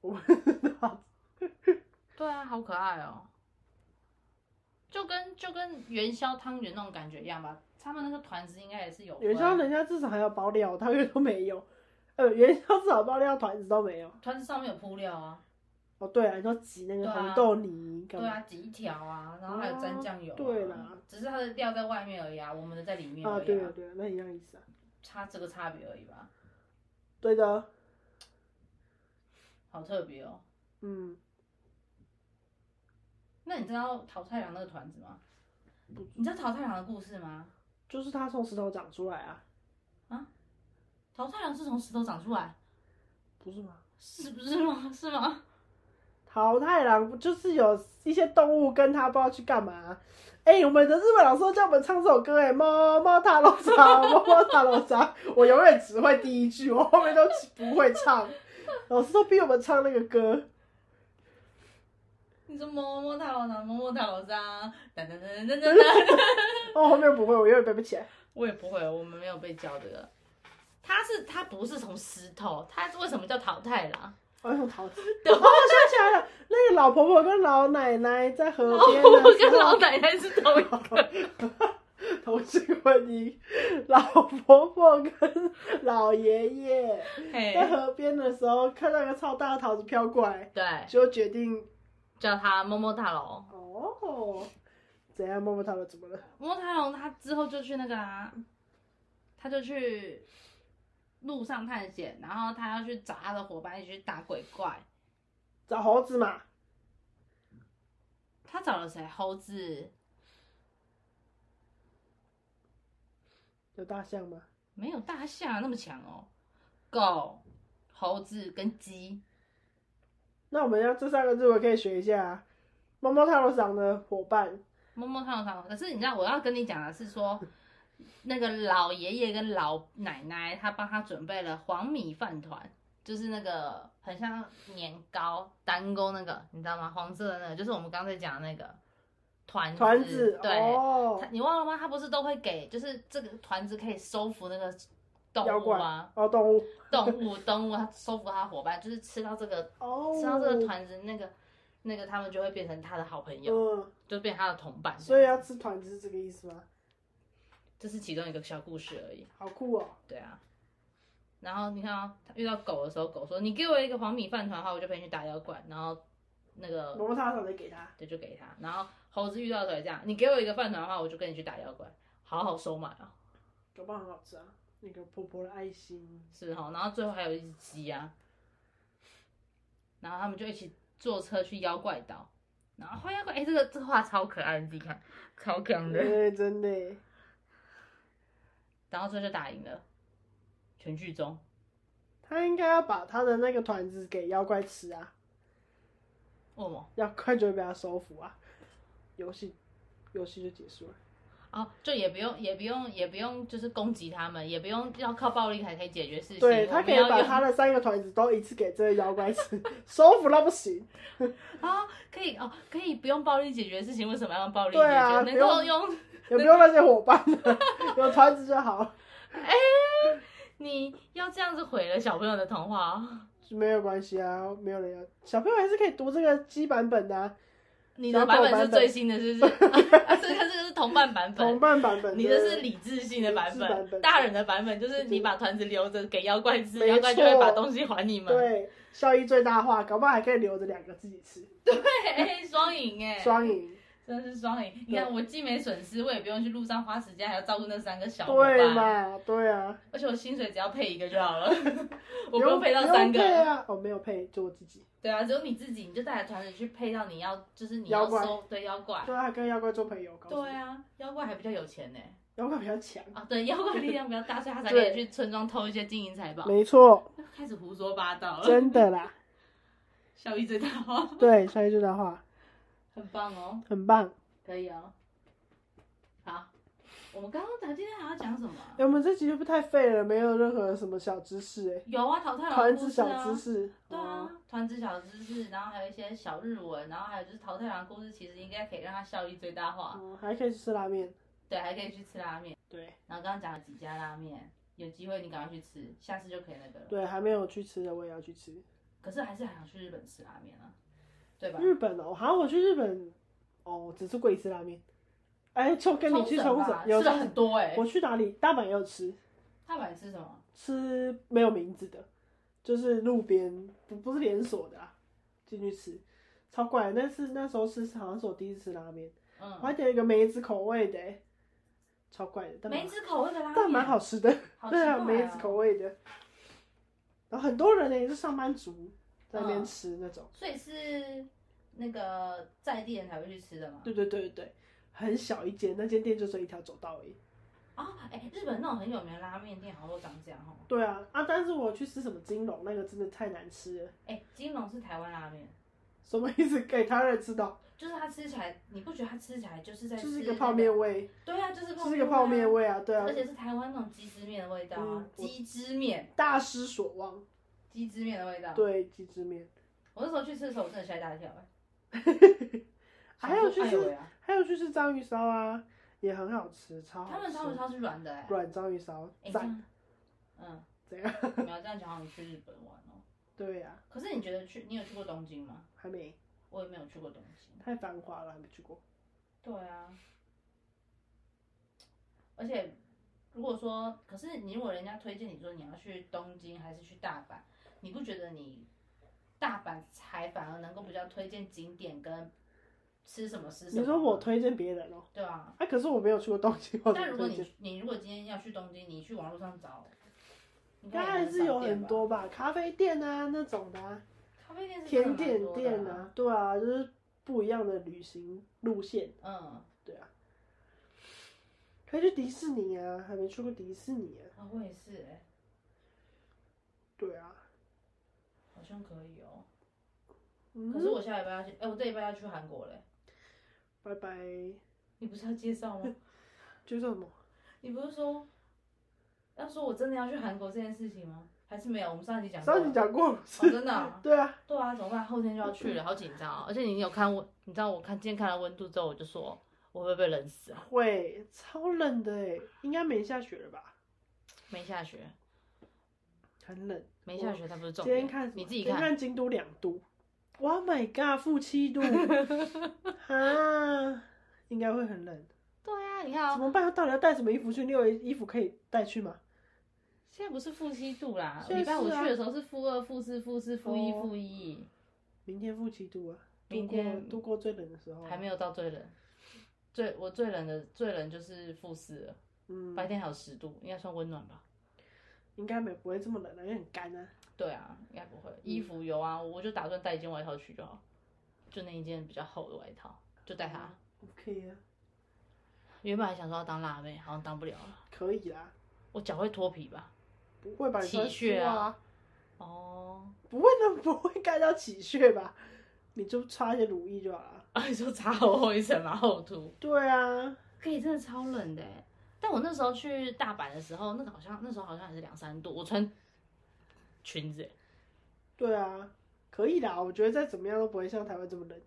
Speaker 2: 我不知道。 [LAUGHS]
Speaker 1: 对啊，好可爱哦，就跟就跟元宵汤圆那种感觉一样吧。他们那个团子应该也是有
Speaker 2: 元宵人家至少还有包料，汤圆都没有。呃，元宵至少包料团子都没有。
Speaker 1: 团子上面有铺料啊，
Speaker 2: 哦，对啊，你说挤那个
Speaker 1: 对啊
Speaker 2: 红豆泥干
Speaker 1: 对
Speaker 2: 嘛？
Speaker 1: 啊，挤一条啊，然后还有沾酱油、啊
Speaker 2: 对啦，
Speaker 1: 只是它的料在外面而已啊，我们的在里面而
Speaker 2: 啊，
Speaker 1: 已
Speaker 2: 对
Speaker 1: 啊，
Speaker 2: 啊，对啊，那一样意思啊。
Speaker 1: 差这个差别而已吧，
Speaker 2: 对的，
Speaker 1: 好特别哦。
Speaker 2: 嗯，
Speaker 1: 那你知道桃太郎那个团子吗
Speaker 2: 不？
Speaker 1: 你知道桃太郎的故事吗？
Speaker 2: 就是它从石头长出来啊，
Speaker 1: 桃太郎是从石头长出来，
Speaker 2: 不是吗？
Speaker 1: 是不是吗？ [LAUGHS] 是吗？
Speaker 2: 桃太郎不就是有一些动物跟它不知道去干嘛？哎、我们的日本老师都叫我们唱这首歌、哎，猫猫塔罗莎，猫猫塔罗莎， [LAUGHS] 我永远只会第一句，我后面都不会唱。老师都逼我们唱那个歌，
Speaker 1: 你说摸摸大老长，摸摸大老长，噔噔噔噔噔噔。
Speaker 2: 哦，后面不会，我永远背不起来。
Speaker 1: [LAUGHS] 我也不会，我们没有被教这个。他是他不是从石头，他为什么叫桃太郎？
Speaker 2: 我要用桃
Speaker 1: [LAUGHS]
Speaker 2: 子。
Speaker 1: 对
Speaker 2: 哦，我想起来了，那个老婆婆跟老奶奶在河
Speaker 1: [LAUGHS]
Speaker 2: 边
Speaker 1: 我
Speaker 2: 的时
Speaker 1: 跟老
Speaker 2: 候，
Speaker 1: 奶奶是同一个。
Speaker 2: 同性婚姻，老婆婆跟老爷爷在
Speaker 1: [LAUGHS] 嘿，
Speaker 2: 河边的时候，看到一个超大的桃子飘过来，
Speaker 1: 对，
Speaker 2: 就决定
Speaker 1: 叫他摸摸大龙。
Speaker 2: 哦，怎样摸摸桃子怎么了？
Speaker 1: 摸摸大龙，他之后就去那个啊，他就去路上探险，然后他要去找他的伙伴一起去打鬼怪。
Speaker 2: 找猴子嘛，
Speaker 1: 他找了谁？猴子？
Speaker 2: 有大象吗？
Speaker 1: 没有大象那么强哦。狗、猴子跟鸡。
Speaker 2: 那我们要这三个日文可以学一下、啊。猫猫太郎长的伙伴，
Speaker 1: 摸摸看看，可是你知道我要跟你讲的是说，那个老爷爷跟老奶奶他帮他准备了黄米饭团，就是那个很像年糕蛋糕那个，你知道吗？黄色的那个，就是我们刚才讲的那个团子
Speaker 2: 团子
Speaker 1: 对，
Speaker 2: 哦
Speaker 1: 他，你忘了吗？他不是都会给，就是这个团子可以收服那个
Speaker 2: 妖
Speaker 1: 动物
Speaker 2: 怪
Speaker 1: 吗？
Speaker 2: 哦，动物
Speaker 1: 动物，动物，它收服它的伙伴，就是吃到这个，
Speaker 2: 哦，
Speaker 1: 吃到这个团子，那个，那个他们就会变成他的好朋友，
Speaker 2: 嗯，
Speaker 1: 就变他的同伴。
Speaker 2: 所以要吃团子是这个意思吗？
Speaker 1: 这是其中一个小故事而已。
Speaker 2: 好酷哦！
Speaker 1: 对啊，然后你看啊、他遇到狗的时候，狗说：“你给我一个黄米饭团的话，我就陪你去打妖怪。”然后那个
Speaker 2: 毛毛他长得给他，
Speaker 1: 对，就给他。然后猴子遇到的时候也这样：“你给我一个饭团的话，我就跟你去打妖怪。”好好收买啊，
Speaker 2: 搞不好很好吃啊。那个婆婆的爱心，
Speaker 1: 是哈、然后最后还有一只鸡啊，然后他们就一起坐车去妖怪岛。然后画妖怪，哎，这个这画超可爱，你自己看，超强的。
Speaker 2: 对，真的耶。
Speaker 1: 然后最后就打赢了，全剧终。
Speaker 2: 他应该要把他的那个团子给妖怪吃啊，
Speaker 1: 为什么？
Speaker 2: 妖怪就会被他收服啊。游戏，游戏就结束了。
Speaker 1: 哦，就也不用，也不用，也不用，就是攻击他们，也不用要靠暴力才可以解决事情。哎
Speaker 2: 对
Speaker 1: 我
Speaker 2: 他
Speaker 1: 们
Speaker 2: 可以
Speaker 1: 要
Speaker 2: 把
Speaker 1: 用
Speaker 2: 他的三个团子都一次给这个妖怪吃， [LAUGHS] 收服到不行。
Speaker 1: 啊，可以哦，可以不用暴力解决事情，为什么要用暴力解决？
Speaker 2: 对啊
Speaker 1: 能
Speaker 2: 不
Speaker 1: 够
Speaker 2: 用
Speaker 1: 用
Speaker 2: 也不用那些伙伴
Speaker 1: [LAUGHS]
Speaker 2: 了，有团子就好，
Speaker 1: 你要这样子毁了小朋友的童话哦，
Speaker 2: 没有关系啊，没有人要。小朋友还是可以读这个基版本的、啊，
Speaker 1: 你的
Speaker 2: 小狗
Speaker 1: 版本
Speaker 2: 版
Speaker 1: 是
Speaker 2: 本
Speaker 1: 最新的，是
Speaker 2: [LAUGHS]
Speaker 1: 不是？啊所以它这个是同伴版
Speaker 2: 同
Speaker 1: 本。
Speaker 2: 伴版本。
Speaker 1: 你的是理智性的版
Speaker 2: 理智
Speaker 1: 本，
Speaker 2: 版本
Speaker 1: 大人的版本就是
Speaker 2: 对
Speaker 1: 你把团子留着给妖怪吃，
Speaker 2: 没
Speaker 1: 妖怪就会把
Speaker 2: 错
Speaker 1: 东西还你们。 [LAUGHS]
Speaker 2: 对，效益最大化，搞不好还可以留着两个自己吃，
Speaker 1: 对，双赢哎，
Speaker 2: 双赢，
Speaker 1: 真的是双赢。你看我既没损失，我也不用去路上花时间，还要照顾那三个小伙伴。
Speaker 2: 对嘛？对啊，
Speaker 1: 而且我薪水只要配一个就好了， [LAUGHS] 我不
Speaker 2: 用
Speaker 1: 用配到三
Speaker 2: 不用配
Speaker 1: 个。
Speaker 2: 啊，哦，没有配，就我自己，
Speaker 1: 对啊，只有你自己，你就带着团子去配到你要，就是你要
Speaker 2: 妖怪
Speaker 1: 收对妖怪。
Speaker 2: 对啊，跟妖怪做朋友，告诉你
Speaker 1: 对，啊，妖怪还比较有钱呢。
Speaker 2: 妖怪比较强，
Speaker 1: 啊，对，妖怪力量比较大，所以他才可
Speaker 2: 嗯对
Speaker 1: 以去村庄偷一些金银财宝。
Speaker 2: 没错，
Speaker 1: 开始胡说八道了，
Speaker 2: 真的啦，
Speaker 1: 效益最大哦，
Speaker 2: 对，效益最大化，
Speaker 1: 很棒哦，
Speaker 2: 很棒，
Speaker 1: 可以哦。好，我们刚刚讲今天还要讲什么啊
Speaker 2: 哎、？我们这集就不太废了，没有任何什么小知识哎、
Speaker 1: 有啊，淘汰老
Speaker 2: 团
Speaker 1: 故
Speaker 2: 子
Speaker 1: 事
Speaker 2: 小
Speaker 1: 啊
Speaker 2: 知。识，哦
Speaker 1: 对啊，团子小知识，然后还有一些小日文，然后还有就是淘太郎故事，其实应该可以让它效益最大化。
Speaker 2: 嗯，还可以去吃拉面，
Speaker 1: 对，还可以去吃拉面。
Speaker 2: 对
Speaker 1: 然后刚刚讲了几家拉面，有机会你赶快去吃，下次就可以那个了。
Speaker 2: 对，还没有去吃的我也要去吃。
Speaker 1: 可是还是很想去日本吃拉面啊，对吧？
Speaker 2: 日本哦，好像我去日本哦，只吃过一次拉面。哎、就跟你去
Speaker 1: 冲
Speaker 2: 冲
Speaker 1: 绳吧
Speaker 2: 绳有
Speaker 1: 吃了很多哎、
Speaker 2: 我去哪里？大阪也有吃，
Speaker 1: 大阪吃什么？
Speaker 2: 吃没有名字的，就是路边不不是连锁的啊，进去吃，超怪的。那是那时候吃，好像是我第一次吃拉面，我
Speaker 1: 嗯，
Speaker 2: 还点了一个梅子口味的、欸，超怪的，但蛮
Speaker 1: 梅子口味的拉面，
Speaker 2: 但蛮好吃的，
Speaker 1: 好奇
Speaker 2: 对
Speaker 1: 怪
Speaker 2: 啊，梅子口味的。然后很多人呢、也是上班族在那边
Speaker 1: 嗯
Speaker 2: 吃那种，
Speaker 1: 所以是那个在地人才会去吃的吗？
Speaker 2: 对对对对对，很小一间，那间店就只有一条走道而已。
Speaker 1: 啊，哎、日本那种很有名的拉面店好多长这样哦。
Speaker 2: 对啊啊，但是我去吃什么金龙那个真的太难吃了，
Speaker 1: 哎、金龙是台湾拉面，
Speaker 2: 什么意思？给台湾人吃到
Speaker 1: 就是它吃起来，你不觉得它吃起来就是在吃、
Speaker 2: 就是一个泡面？味，
Speaker 1: 对啊，就是
Speaker 2: 就是一个泡面
Speaker 1: 味
Speaker 2: 味啊，对
Speaker 1: 啊、
Speaker 2: 啊
Speaker 1: 而，且是台湾那种鸡汁面的味道啊
Speaker 2: 嗯，我
Speaker 1: 鸡、汁面，
Speaker 2: 大失所望。
Speaker 1: 鸡汁面的味道。
Speaker 2: 对，鸡汁面，
Speaker 1: 我那时候去吃的时候，我真的吓一大跳、哎
Speaker 2: [LAUGHS] 还有就
Speaker 1: 想说哎呦
Speaker 2: 是
Speaker 1: 喂啊，
Speaker 2: 还有就是章鱼烧啊，也很好吃，超
Speaker 1: 他
Speaker 2: 好
Speaker 1: 们他们
Speaker 2: 吃。
Speaker 1: 超是软的哎、
Speaker 2: 哦软章鱼烧
Speaker 1: 哎、这
Speaker 2: 赞，
Speaker 1: 样，嗯，
Speaker 2: [LAUGHS] 怎样？
Speaker 1: 你要这样讲，好像你去日本玩哦。
Speaker 2: 对呀，
Speaker 1: 可是你觉得去，你有去过东京吗？
Speaker 2: 还没
Speaker 1: 我也没有去过东京。
Speaker 2: 太繁华了，还没去过。
Speaker 1: 对啊，而且如果说，可是你如果人家推荐你说你要去东京还是去大阪，你不觉得你大阪才反而能够比较推荐景点跟吃什么吃什么？
Speaker 2: 你说我？推荐别人哦，
Speaker 1: 对啊。
Speaker 2: 啊，可是我没有去过东京，我怎
Speaker 1: 但
Speaker 2: 么
Speaker 1: 如果
Speaker 2: 推荐？
Speaker 1: 你你如果今天要去东京，你去网络上找，应
Speaker 2: 它
Speaker 1: 该
Speaker 2: 还是有很
Speaker 1: 有
Speaker 2: 多吧，咖啡店啊那种的啊，
Speaker 1: 咖啡店是真的蛮
Speaker 2: 甜点
Speaker 1: 多的
Speaker 2: 店啊，对啊，就是不一样的旅行路线，
Speaker 1: 嗯，
Speaker 2: 对啊。可以去迪士尼啊，还没去过迪士尼啊，
Speaker 1: 啊我也是、欸，
Speaker 2: 对啊。
Speaker 1: 好像可以哦、
Speaker 2: 嗯
Speaker 1: 可，是我下礼拜要去，哎、我这礼拜要去韩国嘞、
Speaker 2: 拜拜。
Speaker 1: 你不是要介绍吗？
Speaker 2: 就这么，
Speaker 1: 你不是说要说我真的要去韩国这件事情吗？还是没有？我们上一集讲过了，
Speaker 2: 上次讲过
Speaker 1: 哦，
Speaker 2: 是，
Speaker 1: 真的啊、
Speaker 2: [LAUGHS] 对啊，
Speaker 1: 对啊，怎么办？后天就要去了，好紧张、啊！而且你有看温，你知道我看今天看了温度之后，我就说我会不会冷死啊？
Speaker 2: 会超冷的哎，应该没下雪了吧？
Speaker 1: 没下雪，
Speaker 2: 很冷。
Speaker 1: 没下雪，它不是重
Speaker 2: 今天
Speaker 1: 点。
Speaker 2: 看什么
Speaker 1: 你自己
Speaker 2: 今天
Speaker 1: 看
Speaker 2: 看京都两度，Oh my god，负七
Speaker 1: [LAUGHS]
Speaker 2: 度，啊，应该会很冷。
Speaker 1: 对啊，你看
Speaker 2: 怎
Speaker 1: 啊、
Speaker 2: 么办？到底要带什么衣服去？你有衣服可以带去吗？
Speaker 1: 现在不是负七度啦，
Speaker 2: 现在
Speaker 1: 礼拜五
Speaker 2: 是啊
Speaker 1: 去的时候是负二、负四、负四、负一、
Speaker 2: 哦
Speaker 1: 负一，
Speaker 2: 明天负七度啊，
Speaker 1: 明
Speaker 2: 度
Speaker 1: 天
Speaker 2: 过度过最冷的时候，啊
Speaker 1: 还没有到最冷。最我最冷的最冷就是负四了，
Speaker 2: 嗯，
Speaker 1: 白天还有十度，应该算温暖吧。
Speaker 2: 应该没不会这么冷了，因为很干啊。
Speaker 1: 对啊，应该不会。衣服有啊，我就打算带一件外套去就好，就那一件比较厚的外套，就带它。
Speaker 2: OK 啊，
Speaker 1: 原本还想说要当辣妹，好像当不了了，
Speaker 2: 可以啦，
Speaker 1: 我脚会脱皮吧？
Speaker 2: 不会吧？你
Speaker 1: 起
Speaker 2: 穿
Speaker 1: 屑
Speaker 2: 丝袜
Speaker 1: 啊
Speaker 2: 啊，
Speaker 1: 哦，
Speaker 2: 不会那不会干到起屑吧？你就擦一些乳液就好
Speaker 1: [LAUGHS]
Speaker 2: 了。
Speaker 1: 啊，你说擦厚厚一层嘛，厚涂。
Speaker 2: 对啊，
Speaker 1: 可以，真的超冷的欸。但我那时候去大阪的时候，那个好像那时候好像还是两三度，我穿裙子欸。
Speaker 2: 对啊，可以啦。我觉得再怎么样都不会像台湾这么冷。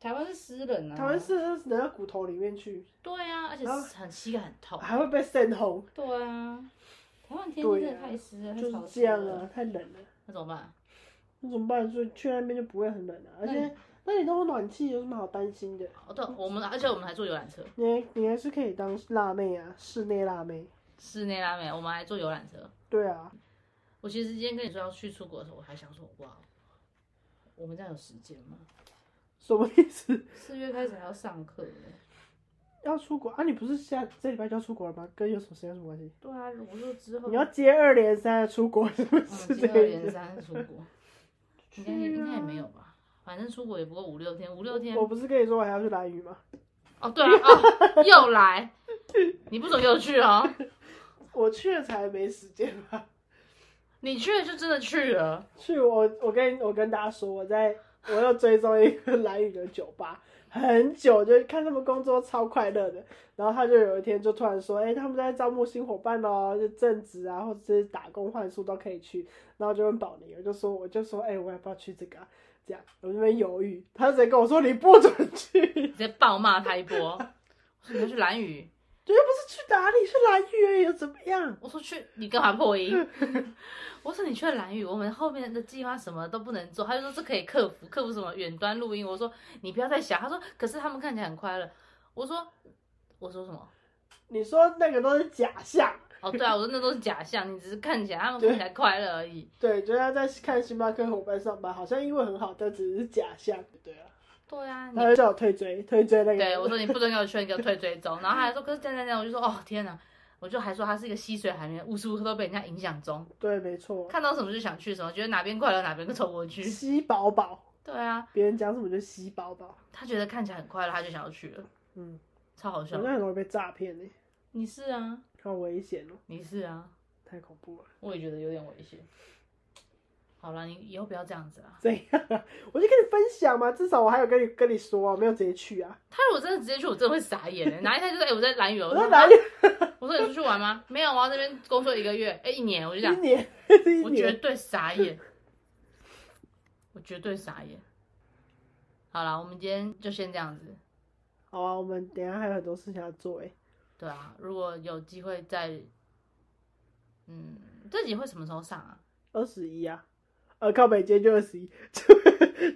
Speaker 1: 台湾是湿冷啊，
Speaker 2: 台湾是冷到骨头里面去，
Speaker 1: 对啊，而且
Speaker 2: 然后
Speaker 1: 很膝盖很痛。
Speaker 2: 还会被渗红，
Speaker 1: 对啊，台湾天气
Speaker 2: 对
Speaker 1: 真的
Speaker 2: 啊
Speaker 1: 太湿了，太
Speaker 2: 就
Speaker 1: 潮
Speaker 2: 是
Speaker 1: 湿
Speaker 2: 这样
Speaker 1: 了
Speaker 2: 啊，。太冷了。
Speaker 1: 那怎么办？
Speaker 2: 那怎么办？所以去那边就不会很冷啊，而
Speaker 1: 那
Speaker 2: 且那里都有暖气，有什么好担心的？
Speaker 1: 哦，对，我们而且我们还坐游览车，
Speaker 2: 你还你还是可以当辣妹啊，室内辣妹。
Speaker 1: 室内拉美，我们还坐游览车。
Speaker 2: 对啊，
Speaker 1: 我其实今天跟你说要去出国的时候，我还想说，哇，哦我们这样有时间吗？
Speaker 2: 什么意思？ [LAUGHS]
Speaker 1: 四月开始还要上课耶。
Speaker 2: 要出国啊？你不是下这礼拜就要出国了吗？跟有什么时间有什么关系？
Speaker 1: 对啊，我说之后
Speaker 2: 你要接二连三的出国，是不是
Speaker 1: 嗯，
Speaker 2: 这
Speaker 1: 接二
Speaker 2: 个意
Speaker 1: 连
Speaker 2: 思？
Speaker 1: 三出
Speaker 2: [LAUGHS]
Speaker 1: 国，应该应该也没有吧？反正出国也不过五六天，五六天
Speaker 2: 我不是跟你说我还要去蓝屿吗？
Speaker 1: 哦，对啊，哦，又来，你不准给我去哦，
Speaker 2: 我去了才没时间吧？
Speaker 1: 你去了就真的去了，
Speaker 2: 去我我跟我跟大家说，我在我又追踪一个蓝宇的酒吧，很久，就看他们工作超快乐的。然后他就有一天就突然说，哎、他们在招募新伙伴哦，就正职啊，或者是打工换宿都可以去。然后我就问宝妮，我就说，我就说，哎、我要不要去这个、啊？这样，我这边犹豫，他就直接跟我说，你不准去， [LAUGHS]
Speaker 1: 直接暴骂他一波。我说你要去蓝屿，
Speaker 2: 这又不是去哪里，去蓝屿而已又怎么样？
Speaker 1: 我说去，你干嘛破音？ [LAUGHS] 我说你去了蓝屿，我们后面的计划什么都不能做。他就说这可以克服，克服什么远端录音。我说你不要再想。他说可是他们看起来很快乐。我说我说什么？
Speaker 2: 你说那个都是假象。
Speaker 1: 哦，对啊，我说那都是假象，你只是看起来他们看起来快乐而已。
Speaker 2: 对，就是他在看星巴克伙伴上班，好像英文很好，但只是假象，对啊。
Speaker 1: 对啊，你
Speaker 2: 他就叫我退追，退追那个。
Speaker 1: 对，我说你不准给我圈，给我退追踪。然后他还说，可是这样这样这样，我就说哦天哪，我就还说他是一个溪水海绵，无时无刻都被人家影响中，
Speaker 2: 对，没错，
Speaker 1: 看到什么就想去什么，觉得哪边快乐哪边就冲过去。
Speaker 2: 吸饱饱，
Speaker 1: 对啊，
Speaker 2: 别人讲什么就吸饱饱。
Speaker 1: 他觉得看起来很快乐，他就想要去了，
Speaker 2: 嗯，
Speaker 1: 超好
Speaker 2: 我
Speaker 1: 笑
Speaker 2: 真。的很容易被诈骗呢，
Speaker 1: 你是啊，
Speaker 2: 好危险哦，
Speaker 1: 你是啊，
Speaker 2: 太恐怖了。
Speaker 1: 我也觉得有点危险。好了，你以后不要这样子啦。
Speaker 2: 怎样啊？我就跟你分享嘛，至少我还有跟你跟你说、啊，没有直接去啊。
Speaker 1: 他如果真的直接去，我真的会傻眼、欸。哪一天就是哎、我在蓝屿哦， [LAUGHS]
Speaker 2: 我
Speaker 1: 我
Speaker 2: 说
Speaker 1: 说
Speaker 2: 哪
Speaker 1: 啊
Speaker 2: 里
Speaker 1: 我说你出去玩吗？没有，我要这边工作一个月，哎、一年，我就
Speaker 2: 一
Speaker 1: 这样。
Speaker 2: 年， [LAUGHS] 一
Speaker 1: 我绝
Speaker 2: 年，
Speaker 1: 对傻眼，我绝对傻眼。好啦，我们今天就先这样子。
Speaker 2: 好啊，我们等一下还有很多事情要做哎。
Speaker 1: 对啊，如果有机会再，嗯，这集会什么时候上啊？
Speaker 2: 二十一啊，呃，靠北街就二十一， [LAUGHS] 就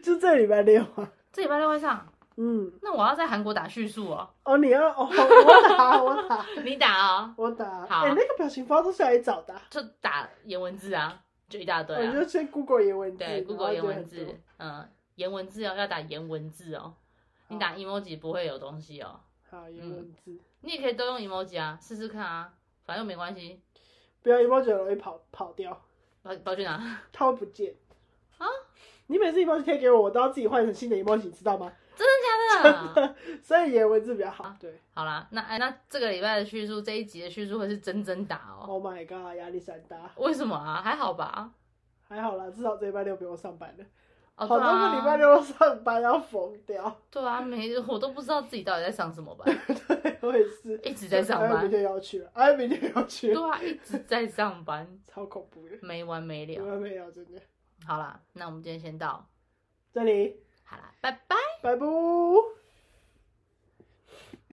Speaker 2: 就这礼拜六啊。
Speaker 1: 这礼拜六会上，
Speaker 2: 嗯，
Speaker 1: 那我要在韩国打叙述哦。
Speaker 2: 哦，你要哦，我打，我打，
Speaker 1: [LAUGHS] 你打哦，
Speaker 2: 我打。
Speaker 1: 好
Speaker 2: 哎、那个表情包都是来找的啊、
Speaker 1: 就打颜文字啊，就一大堆
Speaker 2: 我
Speaker 1: 啊。
Speaker 2: 就先 Google 颜文字，
Speaker 1: 对，Google
Speaker 2: 然
Speaker 1: 颜
Speaker 2: 后就
Speaker 1: 文
Speaker 2: 很多
Speaker 1: 字，嗯，颜文字哦，要打颜文字哦。
Speaker 2: 嗯
Speaker 1: 你打 emoji 不会有东西哦，
Speaker 2: 好颜文字，
Speaker 1: 你也可以都用 emoji 啊，试试看啊，反正没关系。
Speaker 2: 不要一包就容易跑跑掉，
Speaker 1: 包包
Speaker 2: [LAUGHS]
Speaker 1: 去哪？
Speaker 2: 它会不见。
Speaker 1: 啊？
Speaker 2: [LAUGHS] 你每次 emoji 贴给我，我都要自己换成新的 emoji，你知道吗？
Speaker 1: 真的假的？
Speaker 2: 所以颜文字比较
Speaker 1: 啊
Speaker 2: 好。对
Speaker 1: 好啦，那哎，那这个礼拜的叙述，这一集的叙述会是真真打哦？
Speaker 2: ，Oh my god，压力山大。
Speaker 1: 为什么啊？还好吧？
Speaker 2: 还好啦，至少这礼拜六不用上班了。
Speaker 1: 哦，
Speaker 2: 好
Speaker 1: 对
Speaker 2: 多个
Speaker 1: 啊，
Speaker 2: 礼拜六都上班，要疯掉。 [LAUGHS]
Speaker 1: 对啊，没，我都不知道自己到底在上什么吧，
Speaker 2: 对，我也是。
Speaker 1: 一直在上
Speaker 2: [LAUGHS] 哎明
Speaker 1: 班，
Speaker 2: 天要去了，哎，明天要去
Speaker 1: 对
Speaker 2: 了，
Speaker 1: 啊，一直在上班，
Speaker 2: 超恐怖的，
Speaker 1: 没完没
Speaker 2: 有
Speaker 1: 了。
Speaker 2: 完没有，真的。
Speaker 1: 好啦，那我们今天先到，
Speaker 2: 这里，
Speaker 1: 好啦，拜拜。
Speaker 2: 拜拜。